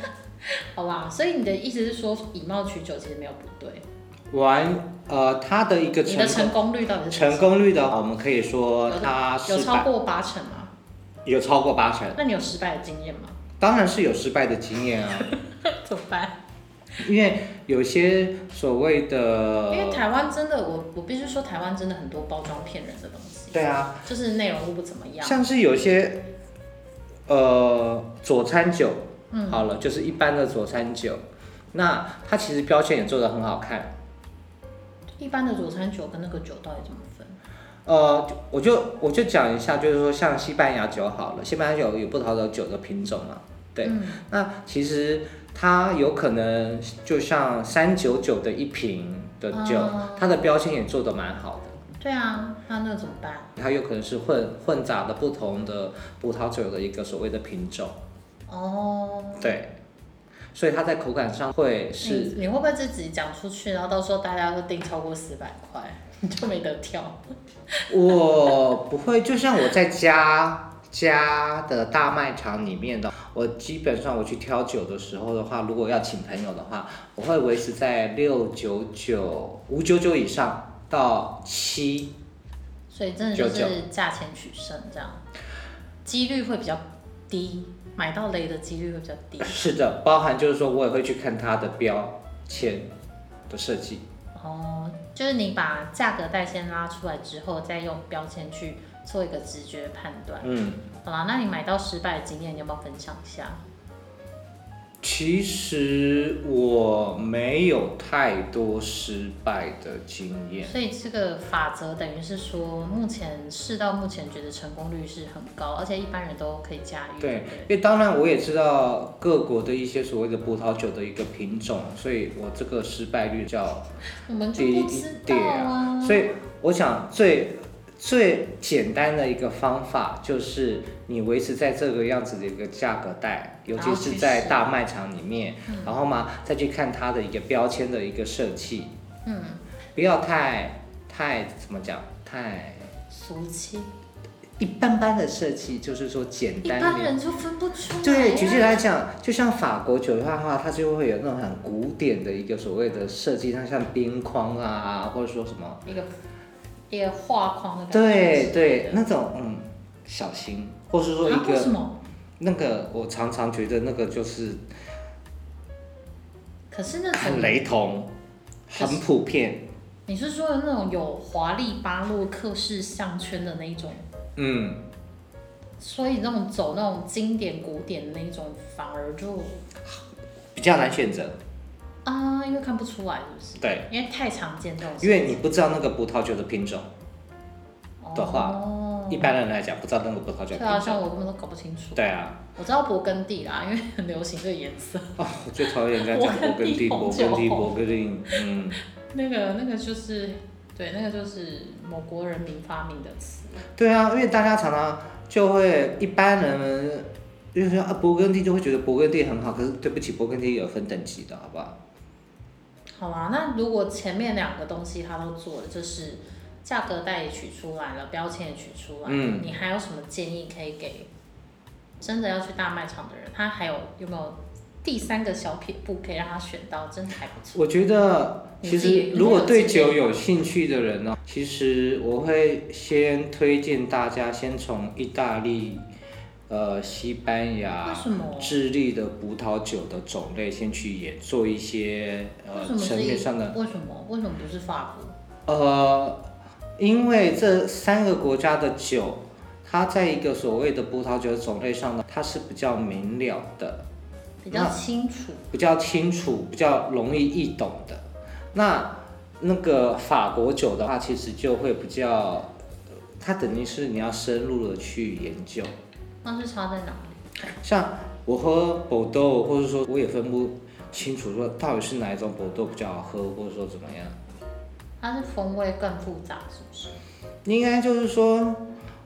A: 好啦，所以你的意思是说以貌取酒其实没有不对，
B: 玩呃，它的一个
A: 你
B: 成
A: 的
B: 功
A: 成功率到底是
B: 成功率的话，我们可以说
A: 有的
B: 它
A: 有
B: 失
A: 超
B: 败
A: 过八成吗？
B: 有超过八成，
A: 那你有失败的经验吗？
B: 当然是有失败的经验啊，
A: 怎么办？
B: 因为有些所谓
A: 因为
B: 的，
A: 台湾真的，我我必须说，台湾真的很多包装骗人的东西，
B: 对啊，
A: 就是内容物不怎么样。
B: 像是有些呃佐餐酒，
A: 嗯
B: 好了，就是一般的佐餐酒，那它其实标签也做得很好看，
A: 一般的佐餐酒跟那个酒到底怎么分？
B: 呃，我就我就讲一下，就是说像西班牙酒好了，西班牙酒有不同的酒的品种嘛，对，
A: 嗯
B: 那其实它有可能就像三九九的一瓶的酒，
A: 哦
B: 它的标签也做得蛮好的。
A: 对啊，那那怎么办？
B: 它有可能是混混杂的不同的葡萄酒的一个所谓的品种，
A: 哦，
B: 对，所以它在口感上会是
A: 你你会不会自己讲出去，然后到时候大家都定超过四百块， 你就没得挑？
B: 我不会，就像我在家家的大卖场里面的，我基本上我去挑酒的时候的话，如果要请朋友的话，我会维持在六九九五九九以上到七，
A: 所以真的就
B: 九
A: 是价钱取胜，这样几率会比较低，买到雷的几率会比较低。
B: 是的，包含就是说我也会去看它的标签的设计，
A: 哦，就是你把价格带先拉出来之后，再用标签去做一个直觉判断。
B: 嗯，
A: 好啦，那你买到失败的经验，你要不要分享一下？
B: 其实我没有太多失败的经验，
A: 所以这个法则等于是说，目前试到目前觉得成功率是很高，而且一般人都可以驾驭。
B: 对，因为当然我也知道各国的一些所谓的葡萄酒的一个品种，所以我这个失败率较，
A: 我们就不知道啊。
B: 所以我想最最简单的一个方法就是你维持在这个样子的一个价格带，尤其是在大卖场里面，
A: 嗯
B: 然后嘛再去看它的一个标签的一个设计，
A: 嗯，
B: 不要太太怎么讲太。
A: 俗气，
B: 一般般的设计，就是说简
A: 一
B: 单
A: 般
B: 明
A: 人就分不出来、啊。
B: 对，举例来讲，就像法国酒的话，它就会有那种很古典的一个所谓的设计，像像边框啊，或者说什么，
A: 一个一个画框的感
B: 对
A: 觉。
B: 对，那种嗯，小心，或是说一
A: 啊为什
B: 个
A: 么？
B: 那个，我常常觉得那个就是
A: 可是那
B: 很
A: 种
B: 雷同，
A: 可是
B: 很普遍，
A: 你是说的那种有华丽八路克式项圈的那一种，
B: 嗯，
A: 所以那种走那种经典古典的那一种，反而就
B: 比较难选择，
A: 啊，因为看不出来，是不是？
B: 对，
A: 因为太常见这种事情。
B: 因为你不知道那个葡萄酒的品种，的话
A: 哦
B: 一般人来讲不知道那个葡萄酒
A: 对
B: 的
A: 啊，
B: 品
A: 像
B: 种，
A: 我根本都搞不清楚。
B: 对啊，
A: 我知道勃艮第啦，因为很流行这个颜色。
B: 哦，我最讨厌人家讲勃艮第，
A: 勃
B: 勃
A: 艮第
B: 艮第，
A: 红
B: 勃艮第，嗯。
A: 那个那个就是，对，那个就是某国人民发明的词。
B: 对啊，因为大家常常就会一般人就是说啊，勃艮第就会觉得勃艮第很好，可是对不起，勃艮第有分等级的，好不好？
A: 好啦，那如果前面两个东西他都做了，就是价格带也取出来了，标签也取出来了，
B: 嗯
A: 你还有什么建议可以给真的要去大卖场的人？他还有有没有第三个小撇步可以让他选到真的还不错？
B: 我觉得其
A: 你自
B: 实
A: 己
B: 如果
A: 你
B: 对
A: 有
B: 酒
A: 经验
B: 有兴趣的人呢，其实我会先推荐大家先从意大利、呃西班牙
A: 为、什么？
B: 智利的葡萄酒的种类先去也做一些
A: 为
B: 呃
A: 什么
B: 层
A: 是
B: 面
A: 意
B: 上的
A: 为什么为什么不是法国？
B: 呃，因为这三个国家的酒，它在一个所谓的葡萄酒种类上呢，它是比较明了的，
A: 比较
B: 那
A: 清楚，
B: 比较清楚，比较容易易懂的。那那个法国酒的话，其实就会比较，呃它等于是你要深入的去研究。
A: 那是差在哪里？
B: 像我喝 b o 或者说我也分不清楚说到底是哪一种 b o 比较好喝，或者说怎么样。
A: 它是风味更复杂，是不是？
B: 应该就是说，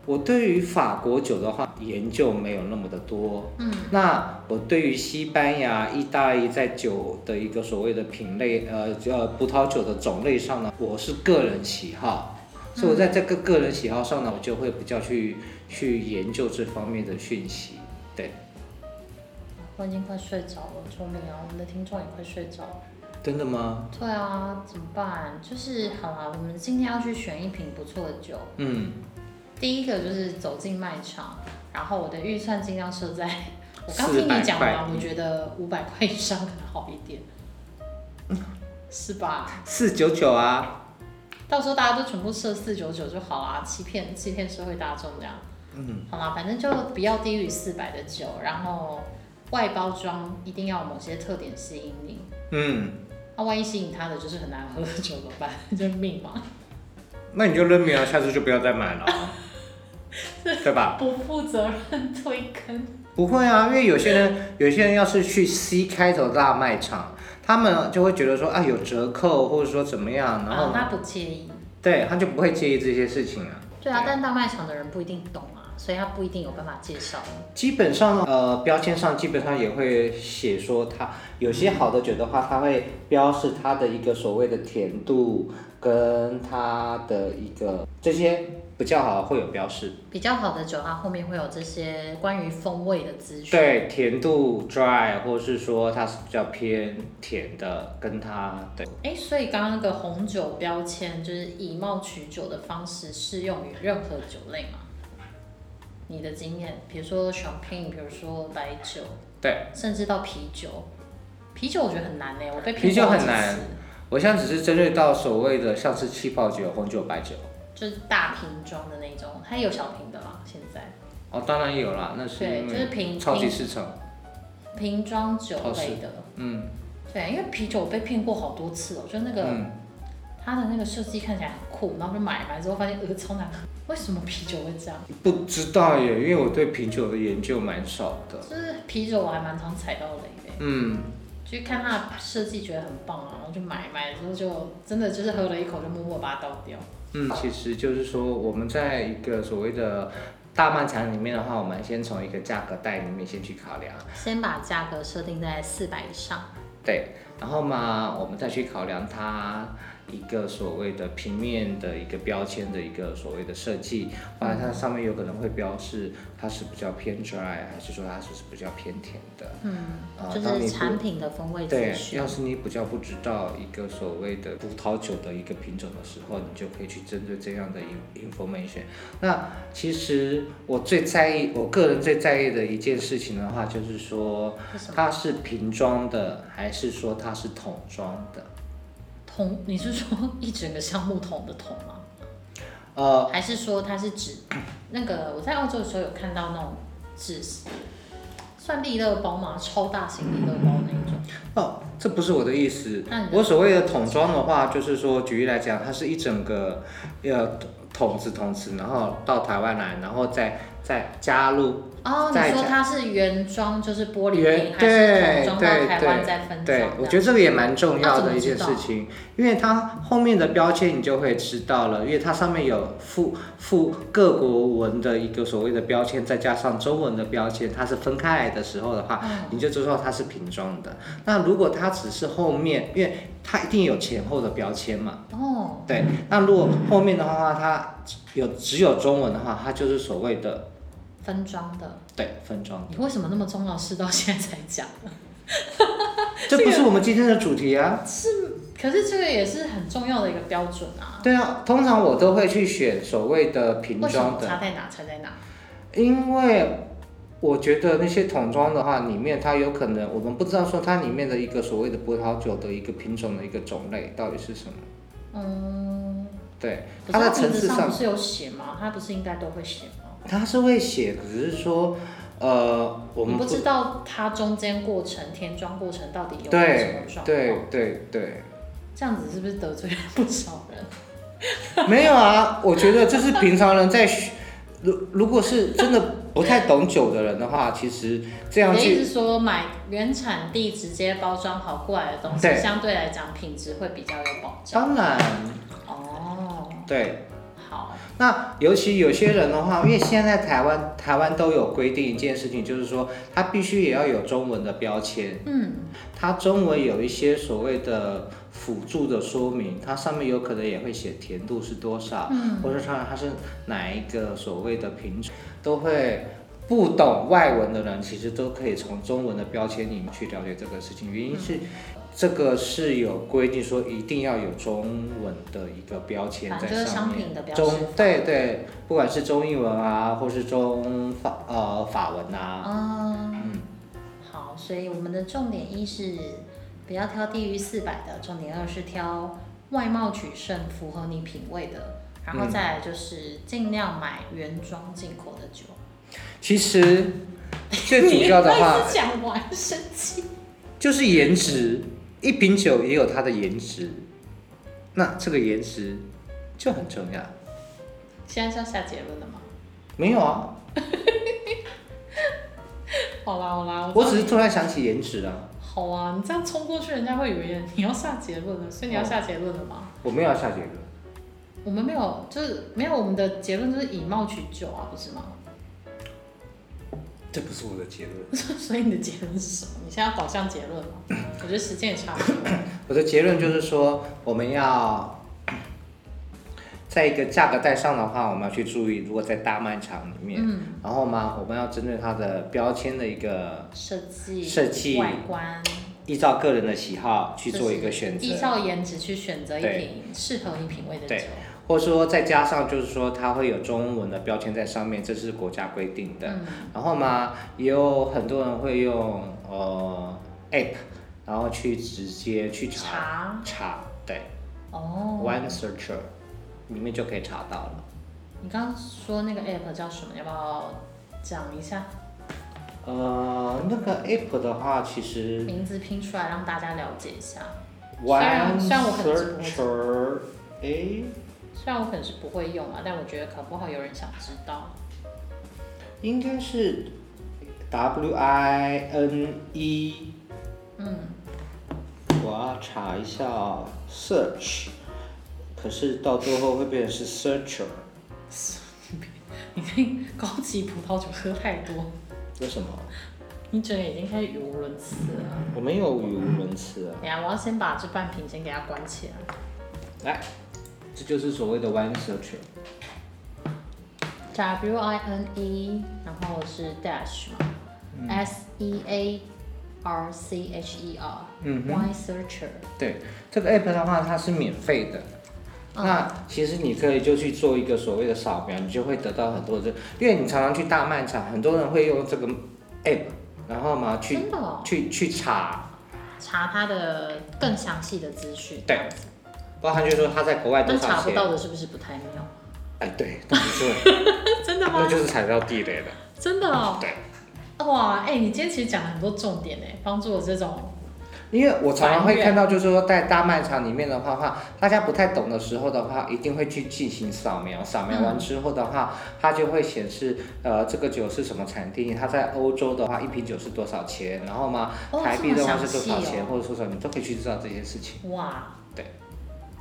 B: 我对于法国酒的话研究没有那么的多。
A: 嗯，
B: 那我对于西班牙、意大利在酒的一个所谓的品类，呃呃，葡萄酒的种类上呢，我是个人喜好，所以我在这个个人喜好上呢，我就会比较去去研究这方面的讯息。对，
A: 我已经快睡着了，救命啊！我们的听众也快睡着了。
B: 真的吗？
A: 对啊，怎么办？就是好啦，我们今天要去选一瓶不错的酒。
B: 嗯，
A: 第一个就是走进卖场，然后我的预算尽量设在，我刚听
B: 400
A: 你讲
B: 块
A: 完，我觉得五百块以上可能好一点，是吧？
B: 四九九啊，
A: 到时候大家都全部设四九九就好啦，欺骗欺骗社会大众这样。
B: 嗯，
A: 好啦，反正就不要低于四百的酒，然后外包装一定要有某些特点吸引你。
B: 嗯，
A: 那、万一吸引他的就是很难喝的酒怎么办？ 就是命嘛，
B: 那你就认命啊，下次就不要再买了啊，对吧？
A: 不负责任推坑。
B: 不会啊，因为有些人有些人要是去 C 开头的大卖场，他们就会觉得说啊有折扣或者说怎么样，然后
A: 啊，他不介意。
B: 对他就不会介意这些事情啊。
A: 对啊，但大卖场的人不一定懂啊，所以他不一定有办法介绍。
B: 基本上呃标签上基本上也会写说它有些好的酒的话，它会标示它的一个所谓的甜度跟它的一个这些比较好会有标示，
A: 比较好的酒，它后面会有这些关于风味的资讯。
B: 对甜度 dry 或是说它是比较偏甜的，跟它对。
A: 哎，所以刚刚那个红酒标签就是以貌取酒的方式适用于任何酒类嘛？你的经验，比如说 champagne，比如说白酒，
B: 对，
A: 甚至到啤酒。啤酒我觉得很难呢、欸我被
B: 啤酒
A: 过好
B: 很
A: 几
B: 难
A: 次
B: 我现在只是针对到所谓的像是气泡酒、红酒、白酒。
A: 就是大瓶装的那种，它也有小瓶的啦。现在
B: 哦，当然有啦，那是
A: 对，
B: 因
A: 就是
B: 为
A: 瓶
B: 超级
A: 瓶
B: 市场。
A: 瓶装酒
B: 好吃
A: 类的，
B: 嗯
A: 对，因为啤酒我被骗过好多次哦，就那个、
B: 嗯，
A: 它的那个设计看起来很酷，然后就买买之后发现呃超难喝，为什么啤酒会这样？
B: 不知道耶，因为我对啤酒的研究蛮少的。
A: 就是啤酒我还蛮常踩到雷的，
B: 嗯，
A: 就看它的设计觉得很棒啊，然后就买买了之后就真的就是喝了一口就默默把它倒掉。
B: 嗯，其实就是说我们在一个所谓的大卖场里面的话，我们先从一个价格带里面先去考量，
A: 先把价格设定在四百以上，
B: 对，然后嘛，我们再去考量它一个所谓的平面的一个标签的一个所谓的设计，不然它上面有可能会标示它是比较偏 dry，还是说它是比较偏甜的。
A: 嗯，
B: 啊
A: 就
B: 当你
A: 是
B: 不
A: 产品的风味
B: 对
A: 资，讯
B: 要。是你比较不知道一个所谓的葡萄酒的一个品种的时候，你就可以去针对这样的 in- information。那其实我最在意，我个人最在意的一件事情的话，就是说
A: 是什么？
B: 它是瓶装的，还是说它是桶装的？
A: 桶？你是说一整个橡木桶的桶吗？
B: 呃，
A: 还是说它是指那个？我在澳洲的时候有看到那种纸，算利乐包嘛，超大型利乐包那一种。
B: 哦，这不是我的意思
A: 那你。的
B: 我所谓的桶装的话，就是说，举例来讲，它是一整个呃桶子桶子，然后到台湾来，然后再再加入
A: 哦，
B: 再
A: 你说
B: 加
A: 它是原装就是玻璃
B: 原
A: 瓶，还是桶
B: 对
A: 装
B: 对
A: 到台湾再分装这
B: 对
A: 样？，
B: 我觉得这个也蛮重
A: 那
B: 要
A: 怎
B: 的
A: 么
B: 一件
A: 知道
B: 事情，因为它后面的标签你就会知道了，因为它上面有附附各国文的一个所谓的标签，再加上中文的标签，它是分开来的时候的话，你就知道它是瓶装的。那如果它只是后面，因为它一定有前后的标签嘛，
A: 哦，
B: 对。那如果后面的话，它有只有中文的话，它就是所谓的
A: 分装的。
B: 对分装的，
A: 你为什么那么重要的事到现在才讲？
B: 这不是我们今天的主题啊。
A: 可是这个也是很重要的一个标准啊。
B: 对啊，通常我都会去选所谓的瓶
A: 为什
B: 装
A: 么
B: 的，
A: 差在哪？差在哪？
B: 因为我觉得那些桶装的话，里面它有可能我们不知道说它里面的一个所谓的葡萄酒的一个品种的一个种类到底是什么。
A: 嗯，
B: 对，
A: 可
B: 它
A: 是
B: 在
A: 它
B: 层
A: 名字
B: 次
A: 上
B: 上
A: 不是有写吗？它不是应该都会写吗？
B: 它是会写，可是说，呃，我
A: 你
B: 们
A: 不知道它中间过程填装过程到底有没有什
B: 对
A: 么状
B: 对
A: 况，
B: 对对，
A: 这样子是不是得罪了不少人？
B: 没有啊， 我觉得这是平常人在学，如如果是真的不太懂酒的人的话，其实这样
A: 你的
B: 去
A: 意思说买原产地直接包装好过来的东西，
B: 对
A: 相对来讲品质会比较有保障。
B: 当然啊
A: 哦，
B: 对。
A: 好，
B: 那尤其有些人的话，因为现在台湾台湾都有规定一件事情，就是说它必须也要有中文的标签，
A: 嗯，
B: 它中文有一些所谓的辅助的说明，它上面有可能也会写甜度是多少，
A: 嗯
B: 或者它它是哪一个所谓的品种，都会。不懂外文的人，其实都可以从中文的标签里面去了解这个事情。原
A: 嗯
B: 因是，这个是有规定说一定要有中文的一个标签
A: 反
B: 在
A: 正就是
B: 上
A: 商
B: 面。
A: 品的标
B: 中
A: 识。
B: 对对，不管是中英文啊，或是中法呃法文啊，
A: 嗯，好，所以我们的重点一是不要挑低于四百的，重点二是挑外貌取胜、符合你品味的，然后
B: 嗯
A: 再来就是尽量买原装进口的酒。
B: 其实最主要 的
A: 你
B: 话
A: 每次讲完生气，
B: 就是颜值，一瓶酒也有它的颜值，那这个颜值就很重要。
A: 现在是要下结论了吗？
B: 没有啊，
A: 好啦好啦，
B: 我
A: 知道
B: 只
A: 你
B: 是突然想起颜值啊，
A: 好啊，你这样冲过去，人家会以为你要下结论了，所以你要下结论了吗？
B: 我没有要下结论。
A: 我们没有，就是没有我们的结论就是以貌取酒啊，不是吗？
B: 这不是我的结论，
A: 所以你的结论是什么？你现在要导向结论吗？我觉得时间也差不多。
B: 我的结论就是说，我们要在一个价格带上的话，我们要去注意，如果在大卖场里面，
A: 嗯，
B: 然后嘛，我们要针对它的标签的一个，
A: 设计、
B: 设计
A: 外观
B: 依照个人的喜好去做一个选
A: 就是依
B: 择，
A: 照颜值去选择一
B: 对
A: 瓶适合你品味的
B: 对
A: 酒。
B: 或者说再加上就是说它会有中文的标签在上面，这是国家规定的。
A: 嗯，
B: 然后嘛，也有很多人会用呃 app，然后去直接去查
A: 茶
B: 查，对、
A: 哦，
B: One Searcher 里面就可以查到了。
A: 你刚刚说那个 app 叫什么？要不要讲一下？
B: 呃，那个 app 的话，其实
A: 名字拼出来让大家了解一下。
B: One
A: 然虽然我可能是不会
B: Searcher，哎，
A: 虽然我可能是不会用啊，但我觉得搞不好有人想知道。
B: 应该是 W I N E，
A: 嗯，
B: 我要查一下哦 search，可是到最后会变成是 searcher，
A: 你可以高级葡萄酒喝太多，
B: 为什么？
A: 你整个已经开始语无伦次了。
B: 我没有语无伦次啊。
A: 等一下，我要先把这半瓶先给它关起来。
B: 来，这就是所谓的 one searcher。
A: W I N E，然后是 dash 嘛、s
B: 嗯
A: E A R C H E R，
B: 嗯哼
A: y Searcher，
B: 对，这个 app 的话，它是免费的。那其实你可以就去做一个所谓的扫描，你就会得到很多的，因为你常常去大卖场，很多人会用这个 app，然后嘛去
A: 真的、哦，
B: 去去查，
A: 查它的更详细的资讯。
B: 对
A: 这样子，
B: 包含就是说他在国外多
A: 但
B: 少
A: 查不
B: 钱，
A: 到的是不是不太妙？
B: 哎，对，那就是
A: 真的
B: 那
A: 吗？
B: 就是踩到地雷了，
A: 真的哦。
B: 对。
A: 哇，哎、你今天其实讲了很多重点哎，帮助我这种
B: 因为我常常会
A: 埋怨
B: 看到，就是说在大卖场里面的话，话大家不太懂的时候的话，一定会去进行扫描，扫描
A: 嗯
B: 完之后的话，它就会显示呃这个酒是什么产地，它在欧洲的话一瓶酒是多少钱，然后嘛
A: 哦
B: 台币
A: 这
B: 的
A: 么
B: 话
A: 详
B: 是多
A: 细
B: 少钱，
A: 哦，
B: 或者说什么，你都可以去知道这些事情。
A: 哇，
B: 对，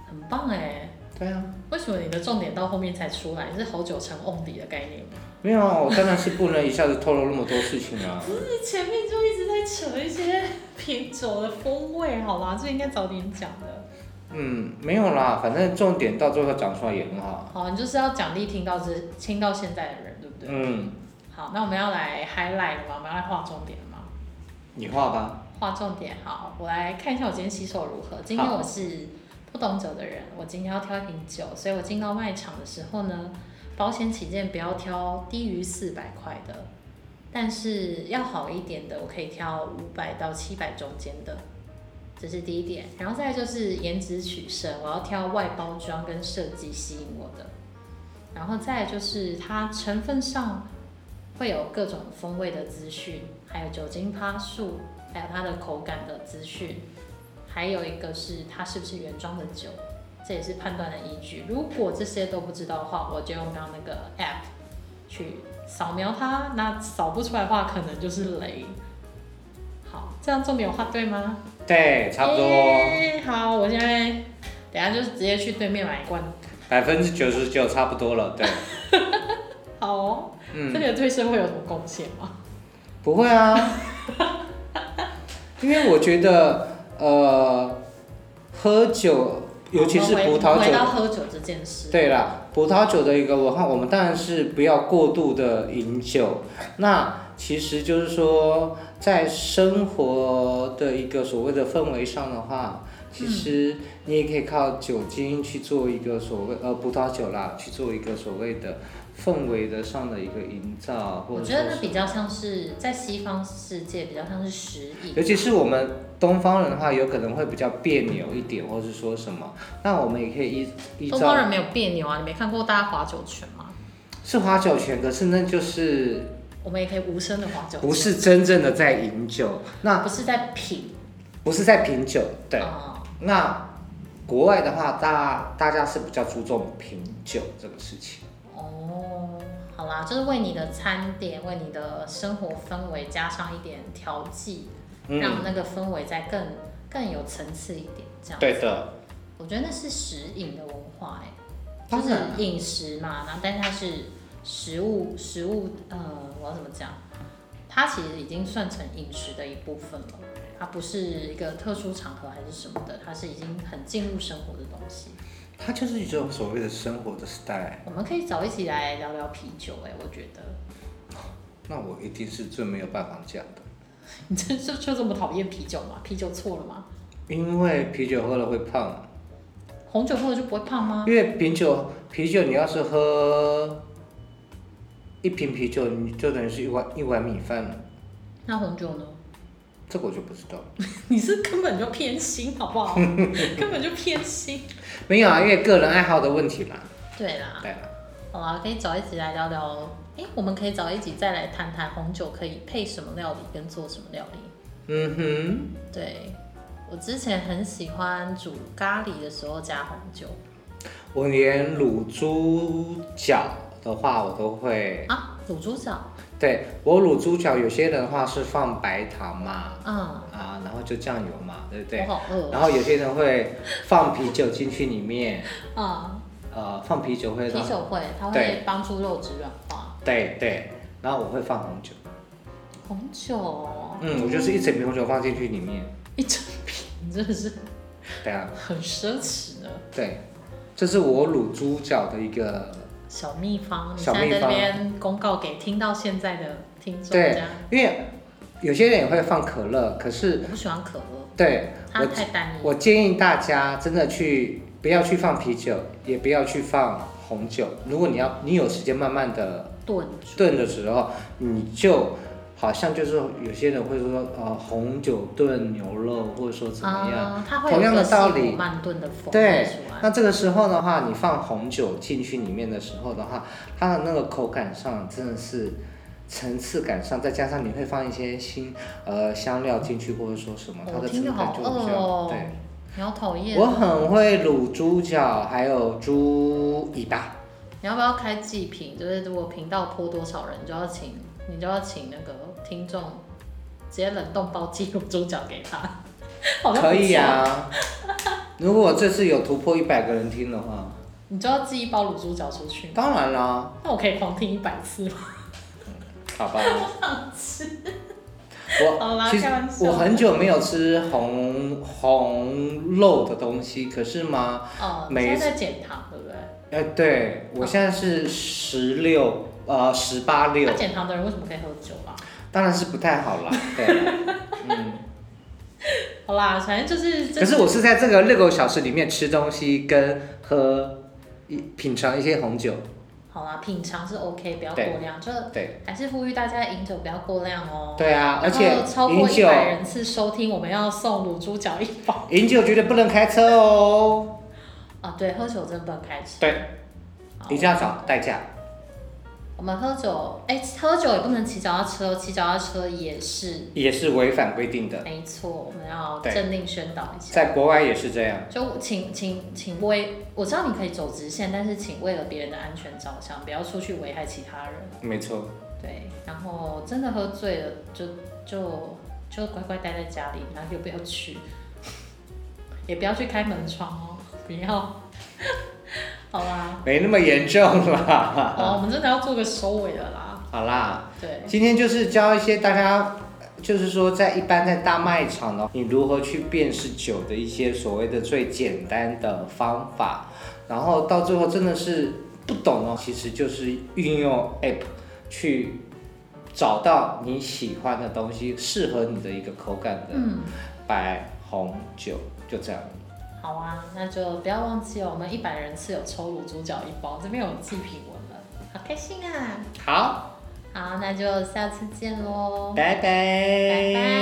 A: 很棒哎。
B: 对啊，
A: 为什么你的重点到后面才出来？是好久成瓮底的概念吗？
B: 没有，啊我当然是不能一下子透露那么多事情啊。
A: 你前面就一直在扯一些品酒的风味，好吗？这应该早点讲的。
B: 嗯，没有啦，反正重点到最后讲出来也很好。
A: 好，你就是要奖励听到这听到现在的人，对不对？
B: 嗯，
A: 好，那我们要来 highlight 了吗？我们要来画重点了吗？
B: 你画吧。
A: 画重点，好，我来看一下我今天洗手如何。今天
B: 好
A: 我是不懂酒的人，我今天要挑一瓶酒，所以我进到卖场的时候呢，保险起见不要挑低于四百块的，但是要好一点的，我可以挑五百到七百中间的，这是第一点。然后再来就是颜值取胜，我要挑外包装跟设计吸引我的，然后再来就是它成分上会有各种风味的资讯，还有酒精趴数，还有它的口感的资讯，还有一个是它是不是原装的酒，这也是判断的依据。如果这些都不知道的话，我就用刚刚那个 app 去扫描它，那扫不出来的话，可能就是雷。好，这样重点有画对吗？
B: 对，差不多
A: 耶好，我现在等一下就是直接去对面买一罐。
B: 百分之九十九差不多了，对。
A: 好、哦，
B: 嗯
A: 这。个对社会有什么贡献吗？
B: 不会 啊，因为我觉得呃，喝酒，尤其是
A: 我们回
B: 葡萄
A: 回到
B: 酒，
A: 喝酒这件事，
B: 对啦，葡萄酒的一个文化，我们当然是不要过度的饮酒。那其实就是说，在生活的一个所谓的氛围上的话。其实你也可以靠酒精去做一个所谓呃葡萄酒啦，去做一个所谓的氛围的上的一个营造，或
A: 我
B: 者
A: 觉得
B: 说
A: 那
B: 是
A: 比较像是在西方世界，比较像是食饮。
B: 尤其是我们东方人的话，有可能会比较别扭一点，或是说什么。那我们也可以依依
A: 东方
B: 照
A: 人没有别扭啊，你没看过大家划酒拳吗？
B: 是划酒拳，可是那就是
A: 我们也可以无声的划酒拳，啊
B: 不是真正的在饮酒，那
A: 不是在品，
B: 不是在品酒。对，
A: 嗯
B: 那国外的话，大大家是比较注重品酒这个事情。
A: 哦，好啦，就是为你的餐点、为你的生活氛围加上一点调剂，
B: 嗯，
A: 让那个氛围再更更有层次一点，这样。
B: 对的，
A: 我觉得那是食饮的文化、欸，就
B: 当
A: 是
B: 然啊
A: 饮食嘛，然后但是它是食物，食物，呃，我要怎么讲？它其实已经算成饮食的一部分了，它不是一个特殊场合还是什么的，它是已经很进入生活的东西。
B: 它就是一种所谓的生活的 style。
A: 我们可以早一起来聊聊啤酒、欸，哎，我觉得
B: 那我一定是最没有办法讲的，
A: 你这就就这么讨厌啤酒吗？啤酒错了吗？
B: 因为啤酒喝了会胖。
A: 哦红酒喝了就不会胖吗？
B: 因为啤酒，啤酒你要是喝一瓶啤酒，你就等于是一碗一碗米饭了。
A: 那红酒呢？
B: 这个我就不知道了。
A: 你是根本就偏心，好不 好？根本就偏心。
B: 没有啊，因为个人爱好的问题啦。
A: 对啦，
B: 对啦，
A: 啊好啦，可以找一集来聊聊哎，我们可以找一集再来谈谈红酒可以配什么料理跟做什么料理。
B: 嗯哼，
A: 对，我之前很喜欢煮咖喱的时候加红酒
B: 我连卤猪脚的话，我都会。
A: 啊，卤猪脚，
B: 对我卤猪脚，有些人的话是放白糖嘛，
A: 嗯，
B: 啊，然后就酱油嘛，对不对
A: 我？好饿哦
B: 然后有些人会放啤酒进去里面，
A: 啊、
B: 呃，放啤酒会
A: 嗯，
B: 让
A: 啤酒会，它会
B: 对
A: 帮助肉质软化。
B: 对对，然后我会放红酒，
A: 红酒，
B: 嗯，我就是一整瓶红酒放进去里面，
A: 一整瓶，真的是
B: 对啊，
A: 很奢侈呢。
B: 对，这是我卤猪脚的一个，
A: 小秘方，你
B: 小
A: 现在在这
B: 秘方
A: 边公告给听到现在的听众，这
B: 对
A: 样。
B: 因为有些人也会放可乐，可是
A: 我不喜欢可乐，
B: 对
A: 它
B: 我
A: 太单一。
B: 我建议大家真的去不要去放啤酒，也不要去放红酒，如果你要你有时间慢慢的
A: 炖煮，
B: 炖的时候，你就好像就是有些人会说，呃，红酒炖牛肉，或者说怎么样。
A: 啊，它会有
B: 同样
A: 一个
B: 的道
A: 西
B: 理
A: 姆慢炖的风味
B: 对
A: 出来。
B: 那这个时候的话，你放红酒进去里面的时候的话，它的那个口感上真的是层次感上，再加上你会放一些新呃香料进去，或者说什么，它
A: 哦我
B: 的
A: 听
B: 层
A: 着
B: 次感
A: 好
B: 就比
A: 饿
B: 较、
A: 哦
B: 对。，
A: 你好讨厌
B: 我
A: 哦。
B: 很会卤猪脚，还有猪尾巴。
A: 你要不要开祭品？就是如果频道播多少人，你就要请你就要请那个听众直接冷冻包鸡卤猪脚给他。 好哦像不错
B: 可以，啊。 如果这次有突破一百个人听的话，
A: 你就要寄一包卤猪脚出去。
B: 当然啦，
A: 那我可以狂听一百次 吗？
B: 好吧。
A: 吃好
B: 我
A: 啦
B: 其实
A: 开玩笑
B: 我很久没有吃红红肉的东西，可是嘛，
A: 哦，你
B: 每
A: 现
B: 一
A: 在在减糖对不对？
B: 哎、对我现在是十六呃十八六
A: 那，减糖的人为什么可以喝酒啊？
B: 当然是不太好 啦。对，嗯，
A: 好啦，反正就是，
B: 可是我是在这个六个小时里面吃东西跟喝一品尝一些红酒，
A: 好啦，品尝是 OK，不要过
B: 对
A: 量，就
B: 对
A: 还是呼吁大家饮酒不要过量哦。
B: 对啊，而且
A: 然后超
B: 饮
A: 过一
B: 酒
A: 百人次收听，我们要送卤猪脚一 包。
B: 饮酒绝对不能开车哦，
A: 啊，对，喝酒真的不能开车。
B: 对，
A: 好
B: 一定要找代驾。
A: 我们喝酒，哎、喝酒也不能骑脚踏车，骑脚踏车也是，
B: 也是违反规定的，
A: 没错，我们要
B: 对
A: 镇定宣导一下。
B: 在国外也是这样。
A: 就请请请为，我知道你可以走直线，但是请为了别人的安全着想，不要出去危害其他人。
B: 没错，
A: 对，然后真的喝醉了，就就就乖乖待在家里，然后就不要去， 也不要去开门窗哦， 不要。好啦，
B: 没那么严重啦。
A: 好，我们真的要做个收尾了啦。
B: 好啦，
A: 对，
B: 今天就是教一些大家，就是说在一般在大卖场呢，你如何去辨识酒的一些所谓的最简单的方法，然后到最后真的是不懂哦，其实就是运用 app 去找到你喜欢的东西，适合你的一个口感的
A: 嗯，
B: 白红酒，就这样。
A: 好啊，那就不要忘记哦，我们一百人次有抽卤猪脚一包，这边有祭品文了，好开心啊！
B: 好，
A: 好，那就下次见喽，
B: 拜拜，
A: 拜拜。